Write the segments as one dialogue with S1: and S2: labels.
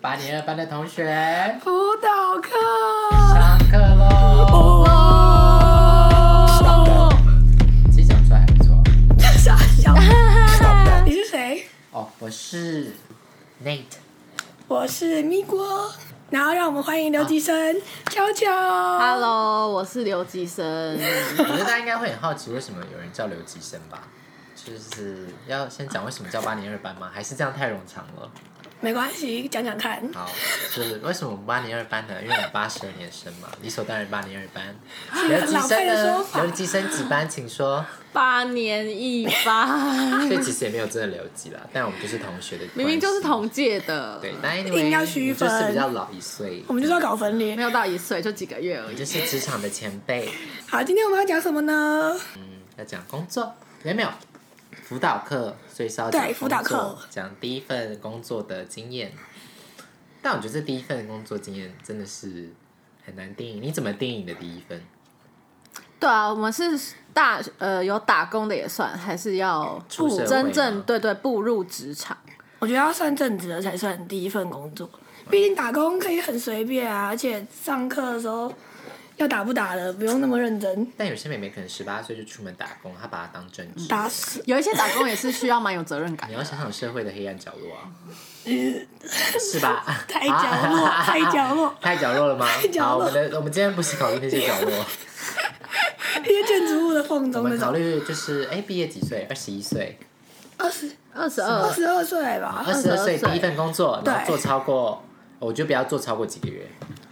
S1: 八年二班的同学，
S2: 辅导课。
S1: 上课喽！
S2: 哦，
S1: 其实讲出来还不错。
S2: 傻笑。你是谁？
S1: 哦，我是 Nate。
S2: 我是咪果。然后让我们欢迎留级生悄悄。
S3: Hello，我是留级生。
S1: 我觉得大家应该会很好奇，为什么有人叫留级生吧？就是要先讲为什么叫八年二班吗？还是这样太冗长了？
S2: 没关系，讲讲看。
S1: 好，就是为什么我们八年二班呢？因为我们八十二年生嘛，理所当然八年二班。留 级
S2: 浪
S1: 生
S2: 费的
S1: 呢
S2: 说？法
S1: 留级生几班？请说。
S3: 八年一班，
S1: 所以其实也没有真的留级啦，但我们就是同学的关系，
S3: 明明就是同届的，
S1: 对，但因为
S2: 硬要区分
S1: 就是比较老一岁，
S2: 我们就是要搞分裂
S3: 没。有到一岁，就几个月而
S1: 我
S3: 已。
S1: 就是职场的前辈，
S2: 好，今天我们要讲什么呢？
S1: 嗯，要讲工作，有没有？辅导课，所以是要讲
S2: 对辅导课
S1: 工作，讲第一份工作的经验。但我觉得这第一份工作经验真的是很难定义，你怎么定义你的第一份？
S3: 对啊，我们是大呃有打工的也算，还是要
S1: 出社会吗
S3: 真正对对步入职场。
S2: 我觉得要算正职的才算第一份工作，毕竟打工可以很随便啊，而且上课的时候要打不打的不用那么认真，
S1: 但有些妹妹可能十八岁就出门打工，她把它当正职。
S2: 打死。
S3: 有一些打工也是需要蛮有责任感
S1: 你。要想想社会的黑暗角落啊，是吧？
S2: 呃 太角落
S1: 啊
S2: 太角落
S1: 太角落了吗？
S2: 角
S1: 好，我
S2: 落
S1: 们的我们今天不是考虑那些角 落，
S2: 一些建筑物的缝
S1: 我
S2: 中那
S1: 们考
S2: 种，
S1: 虑就是哎，毕业几岁？二十一岁，
S2: 二十
S3: 二十
S2: 二
S3: 二，
S2: 十啊二岁吧
S1: 呃二。十二岁
S3: 22岁
S1: 第一份工作，然后
S2: 对
S1: 做超过，我就不要做超过几个月。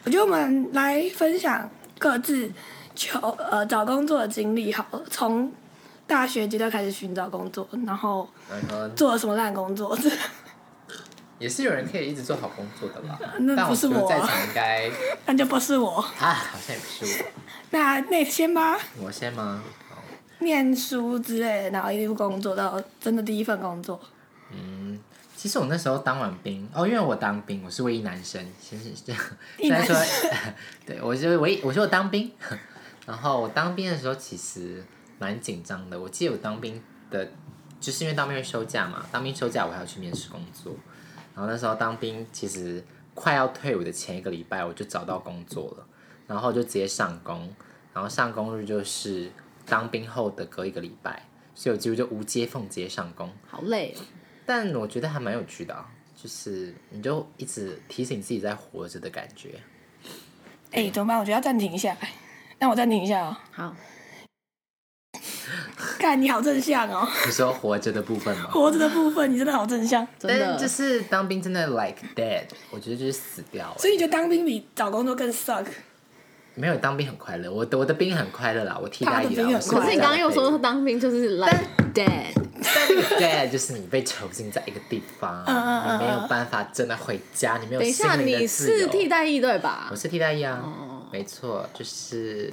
S2: 我觉得我们来分享各自求呃找工作的经历好了，从大学阶段开始寻找工作，然后
S1: 然后
S2: 做了什么烂工作，
S1: 也是有人可以一直做好工作的啦，
S2: 那
S1: 但
S2: 不
S1: 我
S2: 是
S1: 觉得
S2: 我啊
S1: 在场应该
S2: 那就不是我。
S1: 啊，好像也不是
S2: 那那先吧，
S1: 我，我先吗？好
S2: 念书之类的，然后一路工作到真的第一份工作。
S1: 其实我那时候当完兵哦，因为我当兵，我是唯一男生，先是这样。
S2: 一
S1: 虽
S2: 男
S1: 然说， 对我是唯一，我说我当兵，然后我当兵的时候其实蛮紧张的。我记得我当兵的，就是因为当兵会休假嘛，当兵休假我还要去面试工作，然后那时候当兵其实快要退伍的前一个礼拜我就找到工作了，然后就直接上工，然后上工日就是当兵后的隔一个礼拜，所以我几乎就无接缝直接上工。
S3: 好累哦。
S1: 但我觉得还蛮有趣的、啊，就是你就一直提醒自己在活着的感觉。
S2: 哎、怎么办？我觉得要暂停一下。那我暂停一下哦。
S3: 好，
S2: 看你好正向哦，
S1: 你说活着的部分吗？
S2: 活着的部分你真的好正向，
S3: 真
S1: 但
S3: 的
S1: 是就是当兵真的 like dead，我觉得就是死掉了。
S2: 所以你觉得当兵比找工作更 suck？
S1: 没有当兵很快乐，我的我的兵很快乐啦，我替代役
S2: 他的兵
S1: 啦。
S2: 很
S1: 我
S2: 快乐
S3: 可是你刚刚 又说当兵就是 like dead，
S1: dead 就是你被囚禁在一个地方，
S2: 嗯嗯
S1: 你没有办法真的回家，你没有
S3: 等一
S1: 心
S3: 下
S1: 灵
S3: 你
S1: 的自
S3: 是
S1: 由。
S3: 替代役对吧
S1: 我？是替代役啊，
S3: 哦
S1: 没错，就是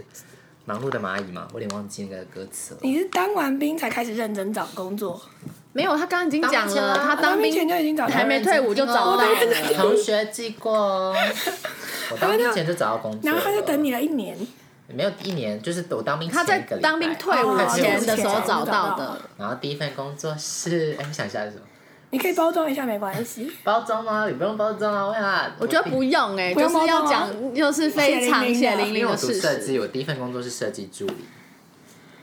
S1: 忙碌的蚂蚁嘛，我有点忘记那个歌词了。
S2: 你是当完兵才开始认真找工作，
S3: 没有，他刚刚已经
S1: 当
S3: 讲
S1: 兵前啊
S3: 了，他当
S2: 前就已经找到
S3: 还没退伍就找到了，
S1: 同学寄过 哦。我当兵前就找到工作，
S2: 然后他就等，你了一年，
S1: 没有一年，就是我当兵前
S3: 他在
S1: 一个礼拜
S3: 当兵退伍前的时候找
S2: 哦
S3: 到的。
S1: 然后第一份工作是，哎，我想一下是什么？
S2: 你可以包装一下没关系。
S1: 包装吗？你不用包装啊，为啥？
S3: 我觉得不用哎、
S2: 不
S3: 就
S2: 用
S3: 是
S2: 包装
S3: 要
S2: 啊
S3: 讲，就是非常血淋
S1: 因
S3: 淋
S1: 为我
S3: 的
S1: 读
S3: 事
S1: 设
S3: 实。
S1: 计，我第一份工作是设计助理，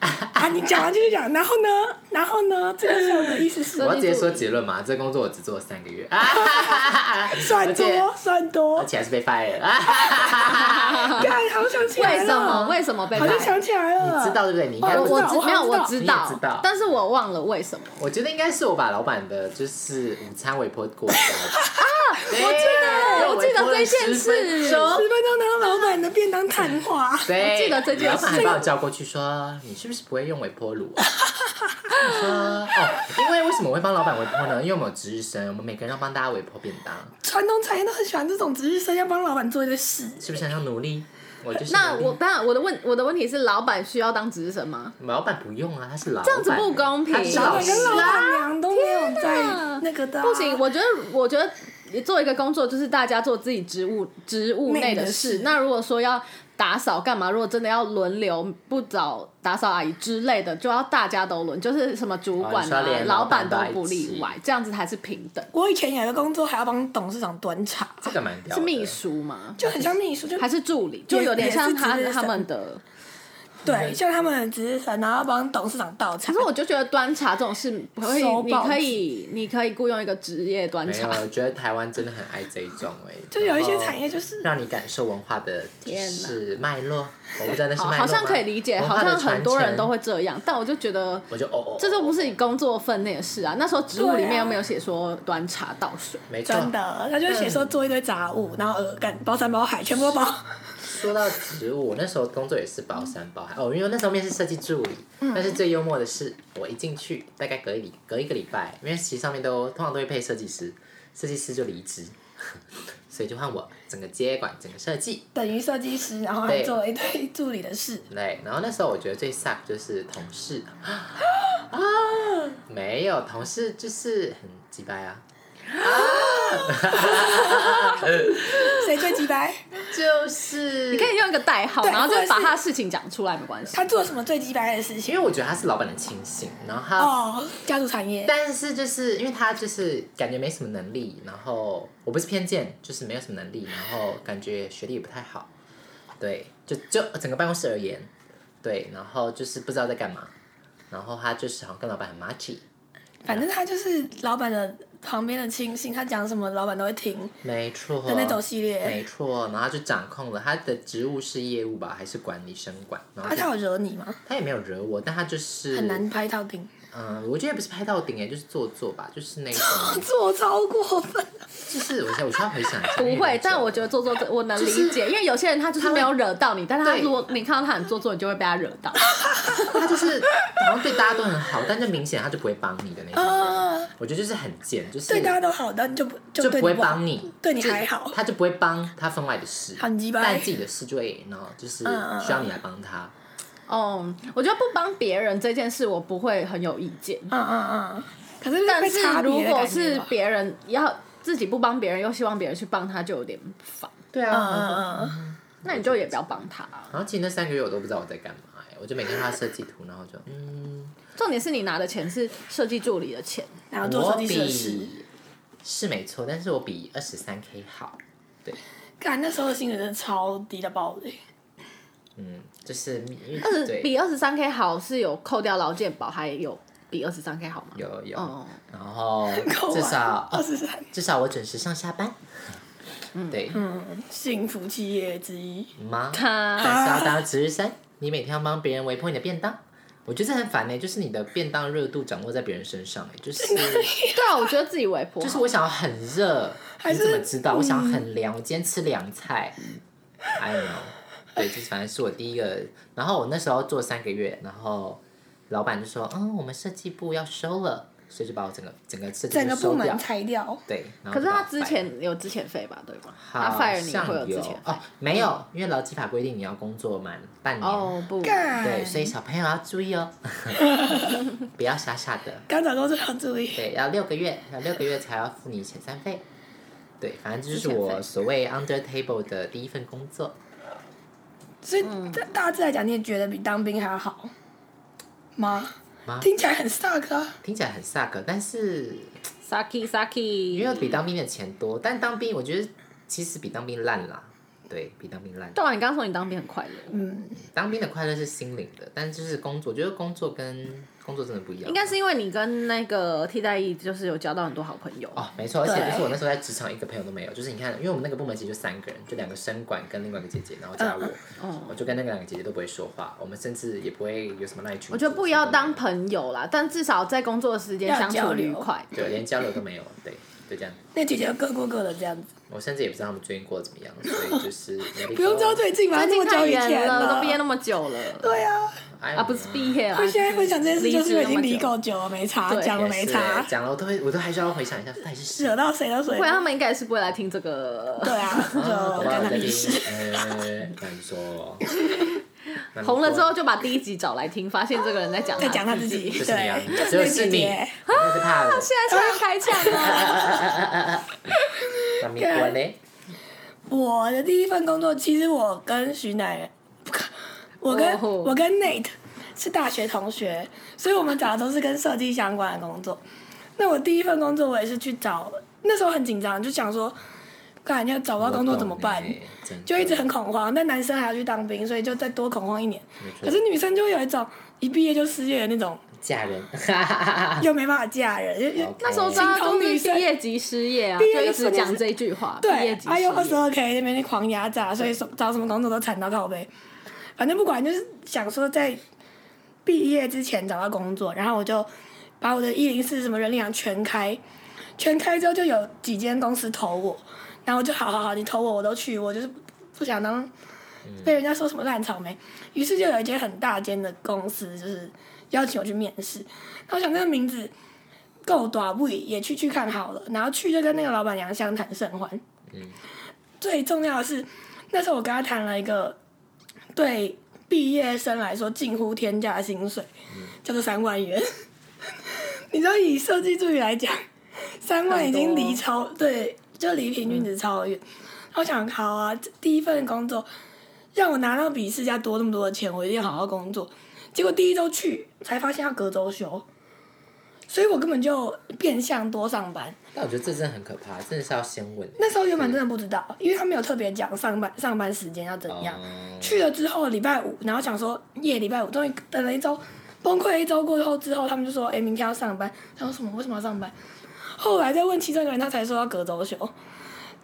S2: 啊，你讲完继续讲，然后呢，然后呢，这个是我的意思是
S1: 我要直接说结论嘛，这工作我只做了三个月，啊
S2: 算多算多
S1: 而，且还是被 fire 了，啊
S2: 看好想起来
S3: 为什么？
S2: 了，
S3: 为什么被
S2: 啊好
S3: 卖？
S2: 像想起来了，
S1: 知道对不对？你应该
S2: 哦
S3: 我
S1: 不
S3: 我
S2: 我
S3: 知没有
S2: 我
S3: 我
S2: 知
S1: 道你也
S3: 知道
S1: 知道，
S3: 但是我忘了为什么。
S1: 我觉得应该是我把老板的就是午餐微波过期 了。对啊，
S3: 我记得
S1: 因为微波了
S3: 这件
S1: 10
S3: 事
S1: 分钟
S2: 十分钟然后老板的便当碳化，
S1: 对，
S3: 我记得这件事
S1: 老板还把我叫过去说：“你是不是不会用微波炉、啊？” 我说：“哦，因为为什么我会帮老板微波呢？因为我们有值日生，我们每个人要帮大家微波便当，
S2: 传统产业都很喜欢这种值日生要帮老板做一些事，
S1: 是不是很像奴隶？”我就是
S3: 那
S1: 奴隶
S3: 我当然我的问我的问题是，老板需要当值日生吗？
S1: 老板不用啊，他是老板，
S3: 这样子不公平
S1: 他是
S2: 老
S1: 老
S2: 板
S1: 师
S2: 跟老
S1: 啊。
S2: 板娘都没有在那个的啊、
S3: 不行，我觉得我觉得做一个工作，就是大家做自己职务职务内的
S2: 内
S3: 事
S2: 的事。
S3: 那如果说要打扫干嘛，如果真的要轮流不找打扫阿姨之类的，就要大家都轮，就是什么主
S1: 哦
S3: 管
S1: 你说
S3: 啊、
S1: 连
S3: 老板
S1: 老
S3: 都
S1: 板都
S3: 不
S1: 一起
S3: 例外，这样子才是平等。
S2: 我以前有一个工作还要帮董事长端茶，
S1: 这个蛮屌的，
S3: 是秘书吗？
S2: 就很像秘书，就
S3: 还是助理？就有点像他他们的。
S2: 对，像他们的值日生，然后帮董事长倒茶
S3: 可是。我就觉得端茶这 种事可以，
S2: 收
S3: 你
S2: 报纸
S3: 可以你可以雇佣一个职业端
S1: 没有，
S3: 茶。
S1: 我觉得台湾真的很爱这一种哎、
S2: 就有一些
S1: 然后
S2: 产业就是
S1: 让你感受文化的
S3: 天哪
S1: 是脉络，我不知道那是
S3: 好，
S1: 脉络
S3: 好像
S1: 吗
S3: 可以理解，
S1: 文
S3: 好
S1: 化的
S3: 像很多
S1: 传
S3: 人
S1: 承
S3: 都会这样，但我就觉得
S1: 我就哦哦，
S3: 这就不
S1: 是
S3: 是你工作分内的事啊。那时候职务
S2: 对啊
S3: 里面又没有写说端茶倒水，
S1: 没错。
S2: 真的，他就写说做一堆杂物，然后鹅肝、包山包海全部都包。
S1: 说到植物，我那时候工作也是包山包海哦，因为那时候面试设计助理，但是最幽默的是，我一进去大概隔一礼隔一个礼拜，因为其实上面都通常都会配设计师，设计师就离职， 所以就换我整个接管整个设计。
S2: 等于设计师，然后还
S1: 对
S2: 做了一堆助理的事。
S1: 对，然后那时候我觉得最 suck 就是同事啊，没有同事就是很鸡掰啊，
S2: 谁最鸡掰？
S1: 就是
S3: 你可以用一个代号，
S2: 对
S3: 然后就
S2: 或者是
S3: 把他的事情讲出来，没关系。
S2: 他做什么最鸡掰的事
S1: 因
S2: 情？
S1: 为我觉得他是老板的亲信，然后他
S2: 哦，家族产业。
S1: 但是就是因为他就是感觉没什么能力，然后我不是偏见，就是没有什么能力，然后感觉学历也不太好，对，就就整个办公室而言，对，然后就是不知道在干嘛，然后他就是好像跟老板很 m a c h
S2: 反正他就是老板的旁边的亲信，他讲什么老板都会听
S1: 没错，
S2: 的那种系列。
S1: 没错，然后他就掌控了他的职务是业务吧，还是管理生管，然
S2: 啊，
S1: 后就、
S2: 他有惹你吗？
S1: 他也没有惹我，但他嗯就是
S2: 很，难拍到顶，
S1: 嗯、我觉得也不是拍到顶哎，就是做作吧，就是那种，
S2: 做超过分。
S1: 就是我现在我需要回想一下，
S3: 不
S1: 因为
S3: 会
S1: 有，
S3: 但
S1: 久
S3: 我觉得做作我能理解，因为有些人他就是没有惹到你，但是他
S1: 对
S3: 如果你看到他很做作，你就会被他惹到。
S1: 他就是好像对大家都很好，但就明显他就不会帮你的那种人。
S2: 啊，
S1: 我觉得就是很贱，就是
S2: 对大家都好，但就不
S1: 就
S2: 对
S1: 不会
S2: 你不好
S1: 帮。你，
S2: 对你
S1: 就
S2: 还好
S1: 他就不会帮他分外的事，
S2: 很鸡掰
S1: 但自己的事就会，然后就是
S2: 嗯嗯
S1: 需要你来帮他。
S3: 哦、我觉得不帮别人这件事，我不会很有意见。
S2: 嗯嗯嗯。可是
S3: 但
S2: 被
S3: 是
S2: 差别
S3: 如
S2: 的
S3: 果
S2: 感觉嗯
S3: 是
S2: 吧
S3: 别人要自己不帮别人，又希望别人去帮他，就有点烦。
S1: 对
S2: 嗯嗯嗯嗯，
S3: 那你就也不要帮他啊、
S1: 然后其实那三个月我都不知道我在干嘛、哎，我就每天看他设计图，然后就嗯，
S3: 重点是你拿的钱是设计助理的钱，
S2: 然后啊做
S1: 我
S2: 设计师的事。
S1: 比是没错，但是我比二十三 K 好，对，
S2: 干那时候的薪水真的超低的爆的，
S1: 嗯，就是
S3: 二十
S1: 对
S3: 比二十三 K 好是有扣掉劳健保，还有比二十三 K 好吗？
S1: 有有，
S3: 哦
S1: 然后
S2: 够啊
S1: 至少哦
S2: 二十三，
S1: 至少我准时上下班，对
S2: 嗯，幸福企业之一。
S1: 吗？
S3: 他
S1: 还是要当值日生，你每天要帮别人围破你的便当，我觉得这很烦呢、欸就是你的便当热度掌握在别人身上、欸，就是
S3: 对啊，我觉得自己微薄，
S1: 就是我想要很热，
S2: 还
S1: 你
S2: 是
S1: 怎么知道？
S3: 嗯
S1: 我想要很凉，我今天吃凉菜，I don't know。对，就是反正是我第一个，然后我那时候做三个月，然后老板就说，嗯，我们设计部要收了，所以就把我整个整个设计
S2: 整
S1: 部
S2: 个部
S1: 收掉
S2: 门。裁掉，
S1: 对，然后
S3: 可是
S1: 就把
S3: 他
S1: 我
S3: 之
S1: fire
S3: 前有之前费吧，对吗？他
S1: 好
S3: fire 你
S1: 像
S3: 会
S1: 有
S3: 有之前费
S1: 哦，没有，因为劳基法规定你要工作满半年。
S3: 哦不，
S2: 干
S1: 对，所以小朋友要注意 哦，不要傻傻的。
S2: 刚找工作要注意。
S1: 对，要六个月，要六个月才要付你遣散费。对，反正这就是
S3: 付遣
S1: 我
S3: 费
S1: 所谓 under table 的第一份工作。
S2: 所以大大致来讲，你也觉得比当兵还要好吗
S1: 吗？
S2: 听起来很 suck 啊。
S1: 听起来很 suck，但是
S3: saki
S1: 因
S3: saki，
S1: 为比当兵的钱多，但当兵我觉得其实比当兵烂啦。对比当兵烂，
S3: 对啊，你刚刚说你当兵很快乐，
S2: 嗯，
S1: 当兵的快乐是心灵的，但就是工作，我觉得工作跟工作真的不一样。
S3: 应该是因为你跟那个替代役就是有交到很多好朋友，
S1: 哦，没错，而且
S2: 对
S1: 就是我那时候在职场一个朋友都没有，就是你看，因为我们那个部门其实就三个人，就两个生管跟另外一个姐姐，然后加
S3: 嗯
S1: 我，我就跟那个两个姐姐都不会说话，我们甚至也不会有什么赖群组。
S3: 我觉得不要当
S1: 友，
S3: 朋友啦，但至少在工作时间
S2: 要
S3: 相
S2: 交
S3: 处愉
S2: 流
S3: 快。
S1: 对，连交流都没有，对，就这样。
S2: 那姐姐各过各的这样子，
S1: 我甚至也不知道他们最近过得怎么样，所以就是
S2: 不用知道最近吧？
S3: 最
S2: 这么
S3: 近
S2: 久
S3: 太
S2: 以前
S3: 远了，都毕业
S2: 了。
S3: 那么久了。
S2: 对啊，
S1: 啊
S3: 啊，不是毕业啦，
S2: 会现在分享这件事，就是因为已经离
S3: 狗。
S2: 够久了，没差，
S3: 对
S2: 讲了没差，
S1: 讲了我都会，我都还需要回想一下到底是谁。
S2: 惹到谁都谁
S3: 不。然他们应该也是不会来啊听这 个。
S2: 对啊，
S1: 啊
S2: 就
S1: 搞不好
S2: 干
S1: 我
S2: 他
S1: 在
S2: 屁事。
S1: 听呃，难 说。难
S3: 红了
S1: 说
S3: 之后就把第一集找来听，发现这个人在讲
S2: 在讲他自己，
S3: 己。
S1: 就是你啊
S2: 对，，
S1: 只有
S2: 是
S1: 是你，
S2: 那姐
S3: 啊
S2: 姐。 哎
S1: 我太怕了。
S3: 现在突然开窍了，
S1: 那米国嘞，
S2: 我的第一份工作，其实我跟徐乃人，不可， 我跟、
S3: 哦
S2: 我跟 Nate 是大学同学，所以我们找的都是跟设计相关的工作。那我第一份工作，我也是去找，那时候很紧张，就想说，干要找不到工作怎么办？
S1: 我懂欸？真的
S2: 就一直很恐慌，但男生还要去当兵，所以就再多恐慌一年。
S1: 没错
S2: 可是女生就会有一种一毕业就失业的 那种，
S1: 嫁人，啊
S2: 又没办法嫁人，就就
S1: OK
S3: 那时候大家都是毕业即失业啊，
S2: 毕业
S3: 就一直
S2: 就
S3: 讲
S2: 是
S3: 这句话，毕
S2: 对
S3: 业，即
S2: 哎
S3: 失
S2: 呦，二十
S3: 业。
S2: 二 K 那边狂压榨，所以什找什么工作都惨到靠背。反正不管，就是想说在毕业之前找到工作，然后我就把我的一零四什么人力银行全开，全开之后就有几间公司投我，然后我就好好好，你投我我都去，我就是不不想当被人家说什么烂草莓。于是就有一间很大间的公司，就是邀请我去面试。然后我想这个名字够短不也去去看好了，然后去就跟那个老板娘相谈甚欢。最重要的是，那时候我跟他谈了一个对毕业生来说近乎天价的薪水，叫做三万元。你知道，以设计助理来讲，三万已经离超对，就离平均值超远。我想，好啊，这第一份工作让我拿到比市价多那么多的钱，我一定好好工作。结果第一周去才发现要隔周休，所以我根本就变相多上班。
S1: 但我觉得这真的很可怕，真的是要先问。
S2: 那时候原本真的不知道，因为他没有特别讲上班上班时间要怎样。
S1: 哦
S2: 去了之后礼拜五，然后想说耶，礼拜五终于等了一周，崩溃了一周过后之后，他们就说哎、明天要上班。他说什么？为什么要上班？后来再问其中一个人，他才说要隔周休。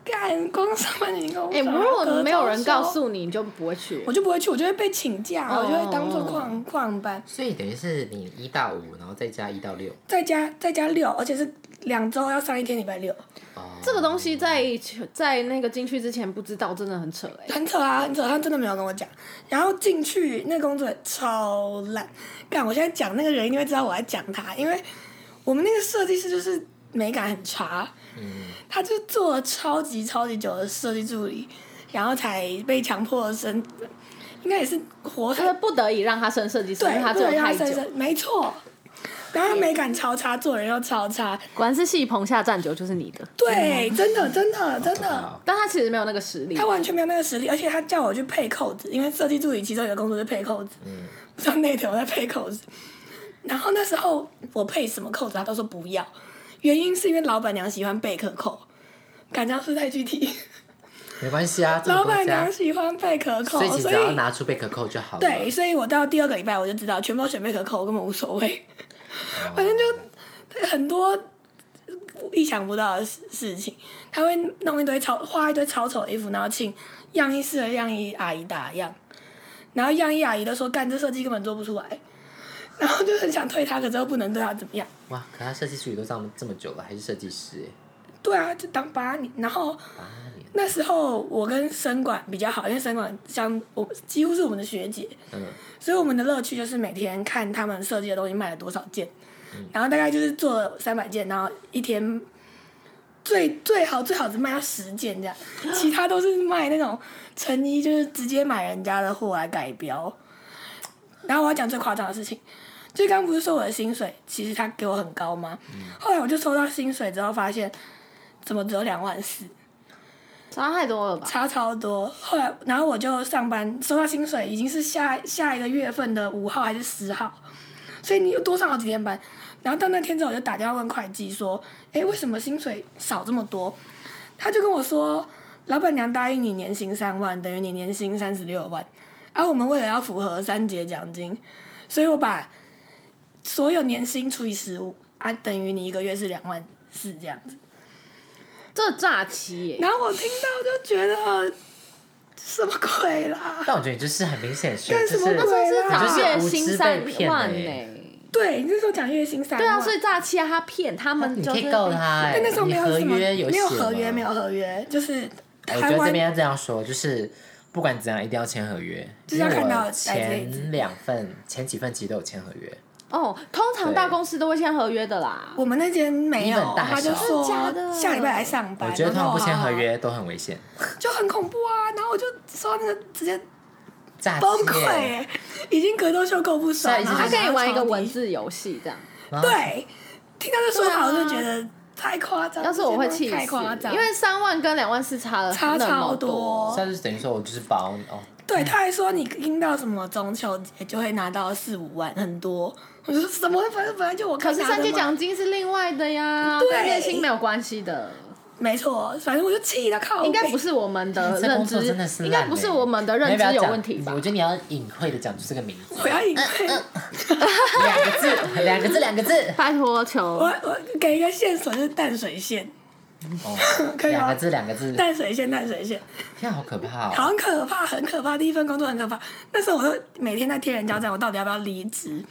S2: 干，光上班已经够
S3: 哎、
S2: 爽了
S3: 如果没有人告，
S2: 隔周休
S3: 诉你，你就不会去
S2: 我。就不会去，我就会被请假，
S3: 哦
S2: 我就会当做旷旷班，
S1: 所以等于是你一到五，然后再加一到六。
S2: 在家在家六，而且是两周要上一天礼拜六，
S1: 哦，
S3: 这个东西在在那个进去之前不知道，真的很扯哎、
S2: 很扯啊，很扯，他真的没有跟我讲。然后进去那工作也超烂，干！我现在讲那个人，一定会知道我在讲他，因为我们那个设计师就是美感很差，
S1: 嗯
S2: 他就做了超级超级久的设计助理，然后才被强迫升，应该也是活
S3: 就是不得已让他升设计师，因为
S2: 对，
S3: 他
S2: 不
S3: 做
S2: 能
S3: 得
S2: 让
S3: 太
S2: 他升
S3: 久。
S2: 升，没错。然后他美感超差，做人又超差，
S3: 果然是戏棚下站久就是你的，
S2: 对，真的真的真
S1: 好可
S2: 的
S1: 怕哦。
S3: 但他其实没有那个实力
S1: 嗯
S2: 他。完全没有那个实力，而且他叫我去配扣子，因为设计助理其中有个工作是配扣子，
S1: 嗯
S2: 不知道那天我在配扣子。然后那时候我配什么扣子，他都说不要，原因是因为老板娘喜欢贝壳扣，感觉是太具体。
S1: 没关系啊，这么
S2: 老
S1: 多
S2: 板
S1: 家
S2: 娘，喜欢贝壳扣
S1: 所，以其实
S2: 所
S1: 只要
S2: 以
S1: 拿出贝壳扣就好了。
S2: 对，，所以我到第二个礼拜我就知道，全部都选贝壳扣，我根本无所谓。反正就很多意想不到的事事情，他会弄一堆超画一堆超丑的衣服，然后请样衣室的样衣阿姨打样，然后样衣阿姨都说干这设计根本做不出来，然后就很想推他，可是又不能对他怎么样。
S1: 哇，可他设计助理都这么这么久了，还是设计师哎，
S2: 对啊，就当八年，然后
S1: 八年，
S2: 那时候我跟生管比较好，因为生管像我几乎是我们的学姐，
S1: 嗯，
S2: 所以我们的乐趣就是每天看他们设计的东西卖了多少件，然后大概就是做了三百件，然后一天最最好最好只卖到十件这样，其他都是卖那种成衣，就是直接买人家的货来改标。然后我要讲最夸张的事情，就刚不是说我的薪水其实他给我很高吗？后来我就收到薪水之后发现，怎么只有两万四？
S3: 差太多了吧？
S2: 差超多。后来，然后我就上班收到薪水，已经是下下一个月份的五号还是十号，所以你又多上好几天班。然后到那天之后，我就打电话问会计说：“哎，为什么薪水少这么多？”他就跟我说：“老板娘答应你年薪三万，等于你年薪三十六万。而、我们为了要符合三节奖金，所以我把所有年薪除以十五，啊，等于你一个月是两万四这样子。”
S3: 这诈欺耶、
S2: 然后我听到就觉得什么鬼啦？
S1: 但我觉得你就是很明显是，
S2: 干
S1: 就
S2: 什
S1: 是
S2: 么
S3: 那时候
S2: 对啊
S3: 是
S2: 啦
S3: 找月薪三
S1: 你就是无知被骗
S3: 万
S1: 欸
S3: 呢、
S2: 对，你那时候讲月薪三万，
S3: 对啊，所以诈欺啊，他骗他们
S1: 你
S3: 就
S1: 可
S3: 是
S1: 以告他哎、
S2: 但那时候
S1: 你
S2: 没有
S1: 合
S2: 什么，
S1: 约有
S2: 没有
S1: 写
S2: 合约，
S1: 吗哎
S2: 没有。合约，就是
S1: 我
S2: 台
S1: 觉得这
S2: 湾
S1: 边要这样说，就是不管怎样一定要签合约，
S2: 就是要
S1: 因为
S2: 看到
S1: 我
S2: 来这一
S1: 前两份、前几份其实都有签合约，
S3: 哦，通常
S1: 对
S3: 大公司都会签合约的啦。
S2: 我们那间没有
S1: 一本，大小
S2: 他就说
S3: 真的假的
S2: 下礼拜来上班，
S1: 我觉得他
S2: 然
S1: 们
S2: 后
S1: 不签合约都很危险，
S2: 就很恐怖啊。然后我就说那个直接
S1: 炸
S2: 崩溃、欸
S1: 耶！
S2: 已经格斗秀够不爽
S1: 所以意
S2: 了，
S1: 思
S2: 然
S1: 就
S2: 后
S3: 他
S1: 是
S3: 可以玩一个文
S2: 字，
S3: 字游戏这样。
S1: 然后
S2: 对，听到这说法我就觉得太夸张。
S3: 啊要是我会气
S2: 太夸
S3: 死，
S2: 张，
S3: 因为三万跟两万是差了
S2: 差
S3: 那
S2: 超
S3: 么
S2: 多。
S1: 下次等于说我就是保哦，
S2: 对，他还说你听到什么中秋节就会拿到四五万，很多。 我说什么？反正本来就我
S3: 可
S2: 可
S3: 是三级奖金是另外的呀，
S2: 对
S3: 跟月薪没有关系的，
S2: 没错，反正我就气到靠背。
S3: 应该不是我们的
S1: 这
S3: 认
S1: 工作
S3: 知
S1: 真的，是
S3: 应
S1: 烂欸
S3: 该不是我们的认
S1: 你要
S3: 知
S1: 不要
S3: 有
S1: 讲
S3: 问题吧
S1: 我？觉得你要隐晦的讲出这个名字，
S2: 我要隐
S1: 嗯
S2: 退。
S1: 两个字，两个字，两个字，
S3: 拜托求
S2: 我我给一个线索，就是淡水线，
S1: 哦，
S2: 可以吗
S1: 两个字，两个字，
S2: 淡水线，淡水线，
S1: 天啊，好可怕哦！
S2: 很可怕，很可怕。第一份工作很可怕，那时候我都每天在天人交战，我到底要不要离职？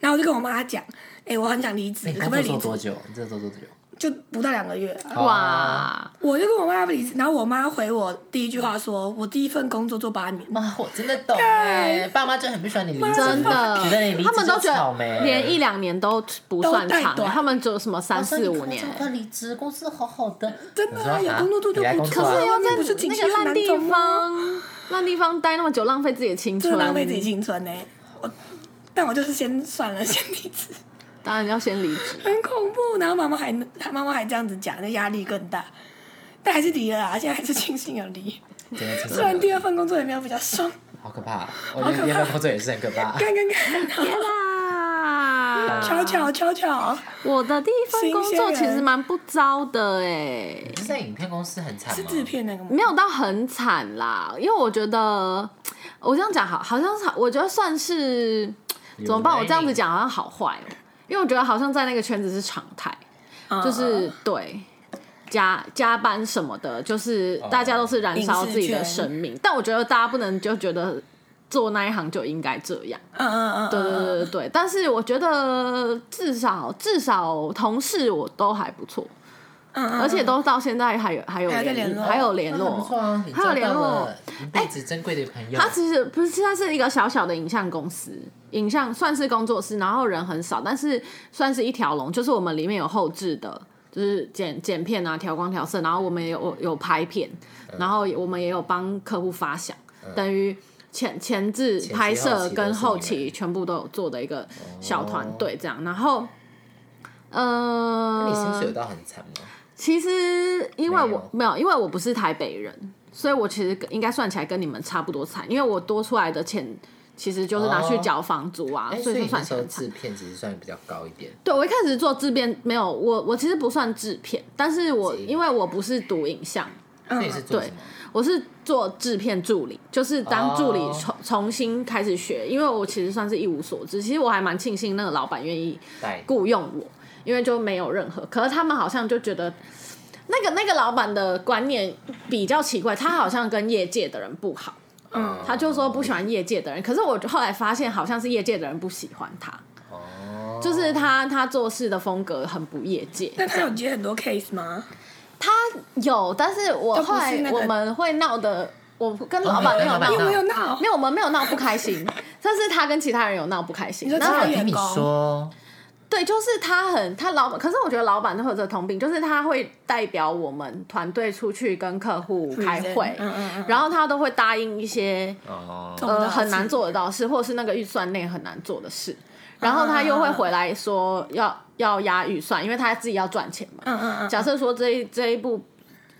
S2: 然后我就跟我妈讲，哎、我很想离职，
S1: 你
S2: 可
S1: 工
S2: 不
S1: 作
S2: 可以
S1: 做
S2: 离职？
S1: 多久？你这做多久？
S2: 就不到两个月啊、
S3: 哇，
S2: 我就跟我妈要不离职，然后我妈回我第一句话说，我第一份工作做八年，
S1: 妈，我真的懂哎，爸妈就很不喜欢你离职，
S3: 真的
S1: 觉得你离职
S3: 他们都
S1: 就是
S3: 觉
S1: 草
S3: 得
S1: 莓
S3: 连一两年都不算
S2: 都太
S3: 长，
S2: 短
S3: 他们只有什么三啊四五年。
S1: 快离职，公司好好的，
S2: 真的啊，
S1: 你说
S2: 有
S1: 啊
S2: 工作做就
S1: 你来
S2: 不
S1: 工
S2: 错
S1: 作
S2: 啊，
S1: 啊
S3: 可是要
S2: 外面
S3: 在
S2: 不是景
S3: 那
S2: 气
S3: 个
S2: 很
S3: 烂
S2: 难
S3: 地
S2: 走吗？
S3: 方，烂地方待那么久，浪费自己的青
S2: 真
S3: 春，
S2: 的浪费自己青春呢、我，但我就是先算了，先离职。
S3: 当然要先离职。
S2: 很恐怖。然后妈妈还妈妈还这样子讲，那压力更大。但还是离了啊，现在还是庆幸有离。
S1: 真的真的
S2: 虽然第二份工作也没有比较爽，
S1: 好可怕，啊我觉得第二份工作也是很可怕。
S2: 干干干，
S3: 天啊！
S2: 巧巧巧巧，
S3: 我的第一份工作其实蛮不糟的哎、
S1: 你是在影片公司很惨
S2: 是
S1: 吗？
S2: 制片那个吗？
S3: 没有到很惨啦，因为我觉得我这样讲好，好像是我觉得算是怎么办？我这样子讲好像好坏哦、因为我觉得好像在那个圈子是常态，
S2: 啊
S3: 就是对加加班什么的，就是大家都是燃烧自己的生命，但我觉得大家不能就觉得做那一行就应该这样。
S2: 嗯嗯嗯，
S3: 对对对
S2: 对，
S3: 对对，但是我觉得至少至少同事我都还不错，
S2: 嗯嗯，
S3: 而且都到现在还有还有
S2: 还有在
S3: 联
S2: 联络
S3: 还有联
S1: 那很不错
S3: 络。
S1: 啊，你
S3: 还有
S1: 交
S3: 联
S1: 到
S3: 络
S1: 了哎一辈子珍贵的朋友。
S3: 他其实不是，它是一个小小的影像公司，影像算是工作室，然后人很少，但是算是一条龙，就是我们里面有后置的，就是剪剪片啊、调光调色，然后我们也有有拍片，
S1: 嗯
S3: 然后我们也有帮客户发想，等于前前置
S1: 前期
S3: 拍
S1: 后
S3: 摄
S1: 期
S3: 跟
S1: 都是
S3: 后
S1: 你
S3: 期
S1: 们
S3: 全部都有做的一个小团队这样，然后。呃，
S1: 哦那你薪水有到很惨
S3: 啊
S1: 吗？
S3: 其实因为我
S1: 没
S3: 没有，因为我不是台北人，所以我其实应该算起来跟你们差不多惨，因为我多出来的钱其实就是拿去缴房租啊，
S1: 哎，
S3: 所
S1: 所
S3: 以
S1: 以
S3: 就
S1: 你
S3: 算
S1: 那
S3: 起
S1: 时
S3: 来
S1: 候
S3: 很惨
S1: 制。片其实算比较高一点，
S3: 对，我一开始做制片没有，我我其实不算制片，但是我
S1: 是
S3: 因为我不是读影像，
S1: 所以你是做
S3: 对
S1: 什么？
S3: 我是做制片助理，就是当助理
S1: 哦
S3: 重重新开始学，因为我其实算是一无所知，其实我还蛮庆幸那个老板愿意
S1: 带
S3: 雇佣我，因为就没有任何。可是他们好像就觉得那个那个老板的观念比较奇怪，他好像跟业界的人不好，
S1: 嗯
S3: 他就说不喜欢业界的人。可是我后来发现，好像是业界的人不喜欢他，
S1: 哦，
S3: 就是他他做事的风格很不业界。
S2: 那他有接很多 case 吗？
S3: 他有，但是我
S2: 就不是
S3: 后来
S2: 那个
S3: 我们会闹的，我跟老
S1: 哦
S3: 板
S1: 没
S3: 没
S1: 有
S3: 有
S1: 没有
S2: 有
S3: 闹
S1: 没。
S2: 没有闹
S3: 没？有，我们没有闹不开心，但是他跟其他人有闹不开心。
S2: 你说
S3: 然后
S2: 这个
S1: 我听你说，
S3: 对，就是他很他老板，可是我觉得老板都会有这个通病，就是他会代表我们团队出去跟客户开会，
S2: 嗯嗯嗯，
S3: 然后他都会答应一些
S1: 哦，
S2: 懂
S3: 呃
S2: 得
S3: 很难做得到的事，或者是那个预算内很难做的事，然后他又会回来说要要压预算，因为他自己要赚钱嘛。
S2: 嗯嗯嗯，
S3: 假设说这一这一部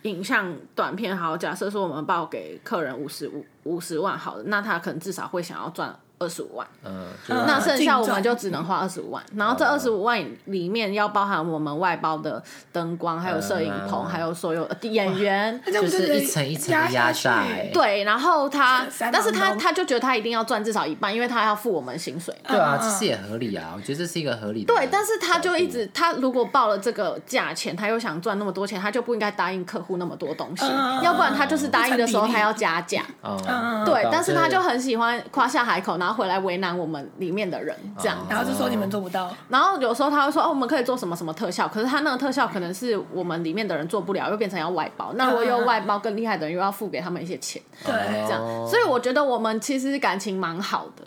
S3: 影像短片好，假设说我们报给客人五十五五十万好了，那他可能至少会想要赚二十五万。
S1: 嗯，
S3: 那
S2: 呃
S1: 那
S3: 剩下我们就只能花二十五万，然后这二十
S2: 哦
S3: 五万里面要包含我们外包的灯光，还有摄影棚，
S1: 嗯
S3: 还有所有呃演员。
S2: 那这样不
S1: 就是一层一层的压
S2: 下
S1: 榨
S2: 去
S1: 欸
S3: 对，然后他，
S2: 三
S3: 但是
S2: 房
S3: 他
S2: 东
S3: 他就觉得他一定要赚至少一半，因为他要付我们薪水。
S1: 对啊，
S2: 嗯嗯
S1: 其实也合理啊，我觉得这是一个合理的角度。
S3: 对，但是他就一
S2: 哦
S3: 直，他如果报了这个价钱，他又想赚那么多钱，他就不应该答应客户那么多东西，
S2: 嗯嗯
S3: 要不然他就是答应的时候
S2: 不成比例
S3: 他要加价。
S1: 嗯，
S2: 嗯嗯
S3: 对
S1: 懂，
S3: 但是他就很喜欢夸下海口，然后回来为难我们里面的人，这样
S1: 哦
S2: 然后就说你们做不到，
S3: 然后有时候他会说哦，我们可以做什么什么特效，可是他那个特效可能是我们里面的人做不了，又变成要外包。
S2: 嗯
S3: 那如果又外包更厉害的人，又要付给他们一些钱，
S2: 对
S3: 这样。
S1: 哦
S3: 所以我觉得我们其实感情蛮好的，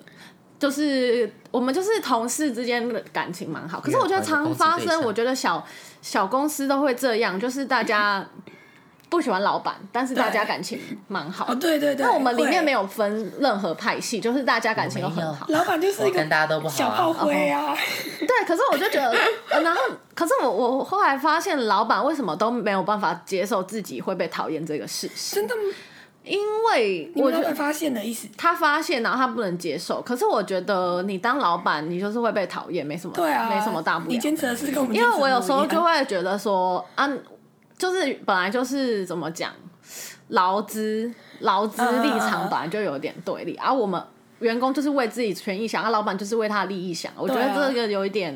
S3: 就是我们就是同事之间的感情蛮好。可是我觉得常发
S1: 因为同一个公司对
S3: 生，
S1: 象
S3: 我觉得小小公司都会这样，就是大家 不喜欢老板，但是大家
S2: 对
S3: 感情蛮好
S2: 哦，。对对对。
S3: 那我们里面没
S2: 有
S3: 有分任何派系，就是大家感情都很好。
S2: 老板就是一
S1: 我
S2: 个
S1: 跟大家都不
S2: 小
S1: 好
S2: 炮
S1: 啊。
S2: 灰啊，
S3: 对，可是我就觉得， 呃然后，可是我我后来发现，老板为什么都没有办法接受自己会被讨厌这个事实？
S2: 真的吗？
S3: 因为
S2: 你
S3: 我
S2: 们
S3: 觉
S2: 老
S3: 得
S2: 板发现的意思？
S3: 他发现，然后他不能接受。可是我觉得你当老板，你就是会被讨厌，没什么，
S2: 对啊，
S3: 没什么大不
S2: 你
S3: 了。
S2: 坚持的是跟我们
S3: 因为我有时候就
S2: 会
S3: 会觉得说啊，就是本来就是怎么讲，劳资劳资立场本来就有点对立，而、我们员工就是为自己权益想，啊，老板就是为他的利益想。我觉
S2: 对
S3: 得
S2: 啊
S3: 这个有一点，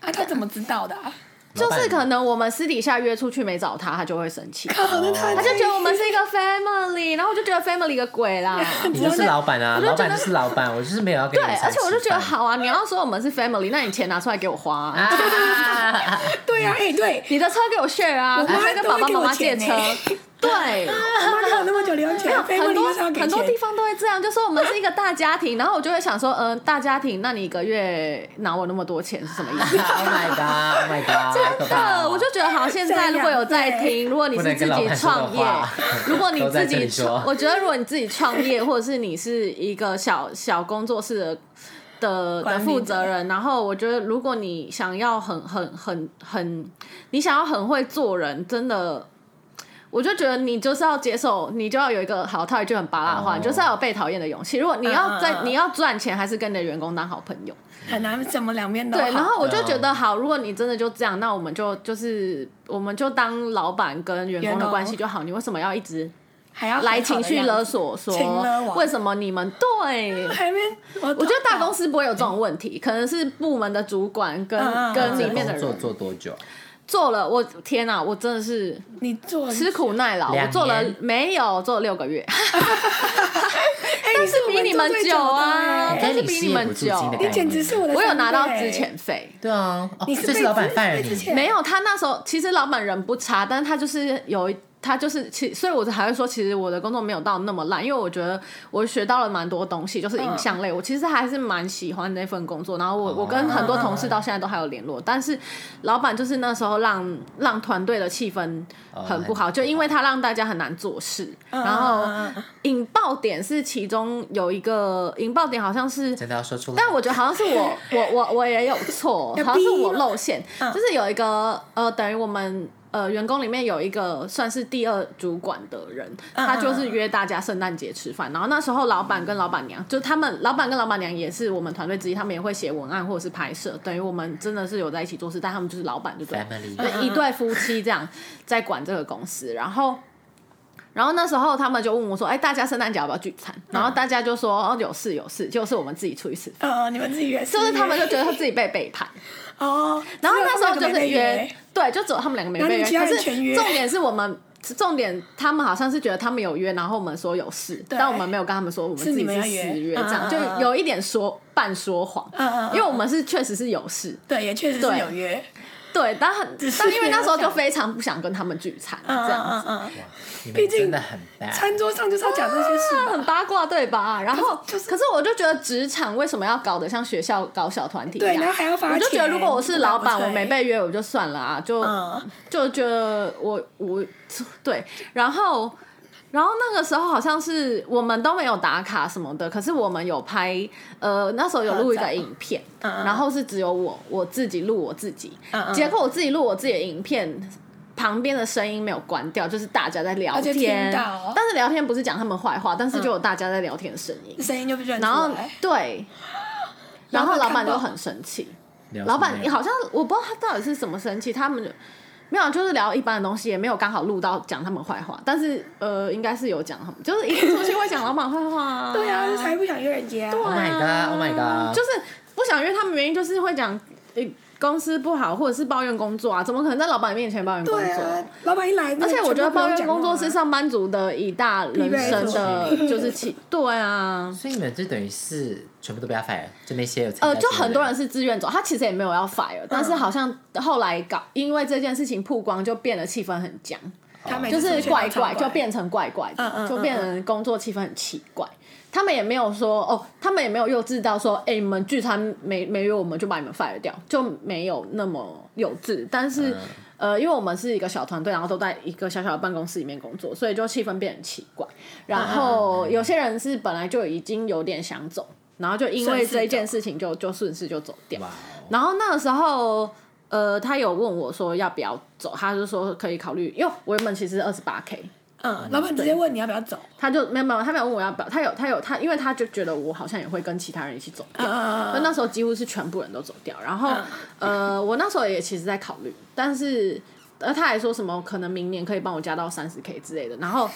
S2: 啊，他怎么知道的啊？
S1: 老
S3: 就
S1: 板
S3: 是可能我们私底下约出去没找他，他就会生 气。
S2: 靠，那他
S3: 他就觉得我们是一个 family，然后我就觉得 family 个 鬼啦。
S1: 你就是老板啊，
S3: 我就
S1: 老
S3: 觉得
S1: 板就是老板，我就是没有要跟
S3: 对
S1: 你们，
S3: 而且我就觉得
S1: 好
S3: 好啊，你要说我们是 family，那你钱拿出来给我花、啊，
S1: 啊，
S2: 对啊，哎， 对，
S3: 你的车给我 share 啊，
S2: 我妈
S3: 还会跟爸爸妈妈借
S2: 都
S3: 车
S2: 会给我钱，
S3: 对。
S2: 我妈给我那么久零用钱，非
S3: 很
S2: 问你
S3: 多
S2: 就是要给
S3: 很多
S2: 钱
S3: 地方都会这样，就说我们是一个大家庭，然后我就会想说，嗯、大家庭，那你一个月拿我那么多钱是什么意思？
S1: Oh my god! Oh my god! 好可
S3: 真
S1: 怕
S3: 的，
S1: 哦
S3: 我就觉得好像现在如果有在听，如果你是自己创
S1: 不能跟
S3: 业
S1: 老板，
S3: 如果你
S1: 都
S3: 自
S1: 在这
S3: 己
S1: 里说
S3: 创，我觉得如果你自己创业，或者是你是一个小小工作室的。的的
S2: 管理者
S3: 负责人，然后我觉得，如果你想要很很很很，你想要很会做人，真的，我就觉得你就是要接受，你就要有一个好套一句很巴拉的话，
S1: 哦
S3: 你就是要有被讨厌的勇气。如果你要
S2: 嗯嗯
S3: 在
S2: 嗯
S3: 你要赚钱，还是跟你的员工当好朋友，
S2: 很难怎么两边都
S3: 对，
S2: 好
S3: 然后我就
S1: 对啊
S3: 觉得好，如果你真的就这样，那我们就就是我们就当老板跟员工
S2: 员
S3: 的
S2: 工
S3: 关系就好。你为什么要一直
S2: 还要
S3: 来情绪勒，索说
S2: 情勒王
S3: 为什么你们对？
S2: 还没，
S3: 我
S2: 我
S3: 觉得大公司不会有这种问题，可能是部门的主管跟
S2: 嗯嗯嗯
S3: 跟里
S1: 这
S3: 面的
S1: 工作
S3: 人
S1: 做多久？啊
S3: 做了，我天哪，我真的是
S2: 你做
S3: 吃苦耐劳，我
S1: 两
S3: 做了
S1: 年
S3: 没有做了六个月，
S2: 哎，
S3: 但
S2: 你
S3: 是比你们久啊，
S1: 你
S3: 但
S1: 在
S3: 是
S1: 你
S3: 比
S1: 事
S3: 你
S1: 业
S3: 们
S1: 补助
S3: 久，
S1: 金的
S2: 你
S1: 概
S2: 简直是我的，欸
S3: 我有拿到资，
S2: 嗯
S3: 遣费。
S1: 对啊，哦
S2: 你是
S1: 这
S2: 被
S1: 是老板
S2: 之
S1: 犯了
S2: 被之
S1: 你
S2: 前
S3: 没有，他那时候其实老板人不差，但是他就是有一，他就是其，所以我才会说，其实我的工作没有到那么烂，因为我觉得我学到了蛮多东西，就是影像类，我其实还是蛮喜欢那份工作。然后我我跟很多同事到现在都还有联络，但是老板就是那时候让让团队的气氛哦很不好，嗯
S1: 很
S3: 就因为他让大家很难做事，然
S2: 嗯
S3: 后引爆点是其中有一个引爆点好像是
S1: 真的要说出来。
S3: 但我觉得好像是 我我我我也有错，
S2: 有
S3: 好像是
S2: 逼
S3: 我
S2: 吗嗯
S3: 露馅，就是有一个呃，等于我们。呃，员工里面有一个算是第二主管的人，
S2: 嗯
S3: 他就是约大家圣诞节吃饭。然后那时候老板跟老板娘，就他们老板跟老板娘也是我们团队之一，他们也会写文案或者是拍摄，等于我们真的是有在一起做事，但他们就是老板就对了。
S1: family
S3: 对，一对夫妻这样在管这个公司，然后。然后那时候他们就问我说：“哎，大家圣诞节要不要聚餐？”然后
S2: 嗯
S3: 大家就说：“哦，有事有事，就是我们自己出去吃。
S2: 呃，你们自己约，”
S3: 就是他们就觉得他自己被背叛，
S2: 哦，
S3: 然后那时候就是约，对，就只有他们两个没被
S2: 然后其他
S3: 约。可
S2: 人
S3: 是
S2: 全约
S3: 重点是我们，重点他们好像是觉得他们有约，然后我们说有事，
S2: 对
S3: 但我们没有跟他们说我们自
S2: 是
S3: 己
S2: 你们
S3: 是
S2: 要约
S3: 私约，
S2: 嗯
S3: 这样
S2: 嗯
S3: 就
S2: 嗯
S3: 有一点说半说谎，
S2: 嗯嗯嗯
S3: 因为我们是确实是有事，
S2: 对，也确实是
S3: 对
S2: 有约，
S3: 对，但很
S2: 只是
S3: 但因为
S2: 没有
S3: 那时候就
S2: 讲
S3: 非常不想跟他们聚餐这
S2: 嗯
S3: 样子
S2: 嗯。嗯，
S1: 你
S2: 毕
S1: 们
S2: 竟
S1: 真的很 bad。
S2: 餐桌上就是要讲这些事吧，
S3: 很八卦对吧？然后
S2: 可是就是
S3: 可是我就觉得职场为什么要搞得像学校搞小团体一
S2: 对，然后
S3: 样？
S2: 还要发
S3: 我
S2: 钱，
S3: 就觉得如果我是老板，
S2: 不打
S3: 我
S2: 不退
S3: 没，被约我就算了啊，就、
S2: 嗯，
S3: 就觉得我我 对，然后然后那个时候好像是我们都没有打卡什么的，可是我们有拍呃那时候有录一
S2: 合
S3: 个
S2: 照
S3: 影片，
S2: 嗯
S3: 然后是只有我我自己录我自己，
S2: 嗯嗯
S3: 结果我自己录我自己的影片。旁边的声音没有关掉，就是大家在聊
S2: 而且
S3: 天
S2: 哦听到，
S3: 但是聊天不是讲他们坏话，但是就有大家在聊天的声音。
S2: 声音就不准出
S3: 然后
S2: 来，
S3: 对，然后
S2: 老板
S3: 老
S2: 看
S3: 板就
S2: 到
S3: 很生气，
S1: 聊什么
S3: 老板
S1: 内容
S3: 好像我不知道他到底是怎么生气，他们就没有啊就是聊一般的东西，也没有刚好录到讲他们坏话，但是呃，应该是有讲他们，就是一定出去会讲老板坏话、啊
S2: 对啊，才不想约人家，
S1: ，Oh my god，Oh my god，
S3: 就是不想约他们原因就是会讲呃公司不好，或者是抱怨工作啊，怎么可能在老板面前抱怨工
S2: 对
S3: 作？
S2: 啊，老板一来，
S3: 而且我觉得抱怨工作是
S2: 是
S3: 上班族的一大人生的， 就是起对啊，
S1: 所以你们就等于是全部都被他 fire，就那些有参加
S3: 呃，就
S1: 这个
S3: 很多人是志愿者，他其实也没有要 fire，但
S2: 嗯
S3: 是好像后来搞，因为这件事情曝光，就变得气氛很僵，
S2: 他每
S3: 就
S2: 次
S3: 是
S2: 出去
S3: 怪
S2: 都超
S3: 怪，就变成怪怪
S2: 嗯嗯嗯
S3: 的，就变成工作气氛很奇怪。他们也没有说哦，他们也没有幼稚到说，哎，你们
S2: 嗯
S3: 聚餐没没约我们就把你们 fire 掉，就没有那么幼稚。但是，呃，因为我们是一个小团队，然后都在一个小小的办公室里面工作，所以就气氛变得很奇怪。然
S2: 嗯
S3: 后有些人是本来就已经有点想走，然后就因为这一件事情就就顺势就走掉。
S1: 哇哦，
S3: 然后那个时候，呃，他有问我说要不要走，他就说可以考虑，因为我原本其实二十八 K，
S2: 嗯，老板直接问你要不要走，
S3: 他就没有没有，他没有问我要不要，他有他有他，因为他就觉得我好像也会跟其他人一起走掉，
S2: 嗯
S3: 那、那时候几乎是全部人都走掉。然后、呃，我那时候也其实在考虑，但是呃，他还说什么可能明年可以帮我加到三十 K 之类的，然后。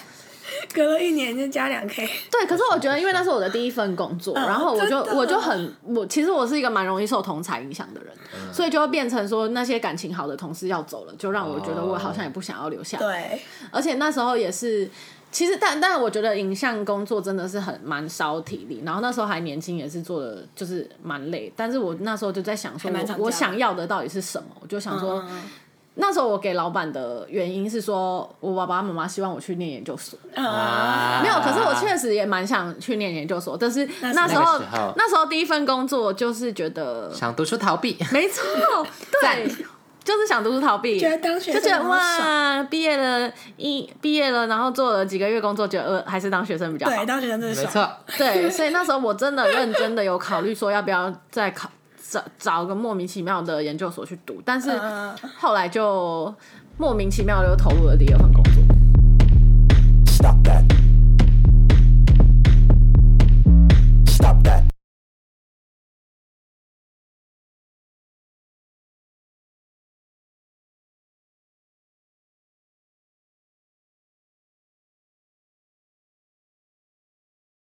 S2: 隔了一年就加两 K，
S3: 对，可是我觉得，因为那是我的第一份工作，然后我就
S2: 嗯真的
S3: 我就很我其实我是一个蛮容易受同才影响的人，
S2: 嗯
S3: 所以就会变成说那些感情好的同事要走了，就让我觉得我好像也不想要留下。
S2: 对，
S3: 而且那时候也是，其实但但我觉得影像工作真的是很蛮烧体力，然后那时候还年轻，也是做的就是蛮累。但是我那时候就在想说
S2: 还蛮常
S3: 我，
S2: 这样
S3: 我想要的到底是什么？我就想说，
S2: 嗯
S3: 那时候我给老板的原因是说，我爸爸妈妈希望我去念研究所。
S1: 哦
S2: 啊，
S3: 没有，可是我确实也蛮想去念研究所，但是
S2: 那是
S3: 那时
S1: 那
S3: 候
S1: 个时候
S3: 那时候第一份工作就是觉得
S1: 想读书逃避，
S3: 没错，对，就是想读书逃避，
S2: 觉得当学
S3: 就
S2: 生
S3: 觉得
S2: 很爽，
S3: 哇，毕业了一毕业了，然后做了几个月工作，觉得呃还是当学生比较好
S2: 对，。当学生真的
S1: 没
S2: 爽，
S1: 错，
S3: 对，所以那时候我真的认真的有考虑说要不要再考找找个莫名其妙的研究所去读，但是
S2: 嗯嗯嗯
S3: 后来就莫名其妙地又投入了第二份工作。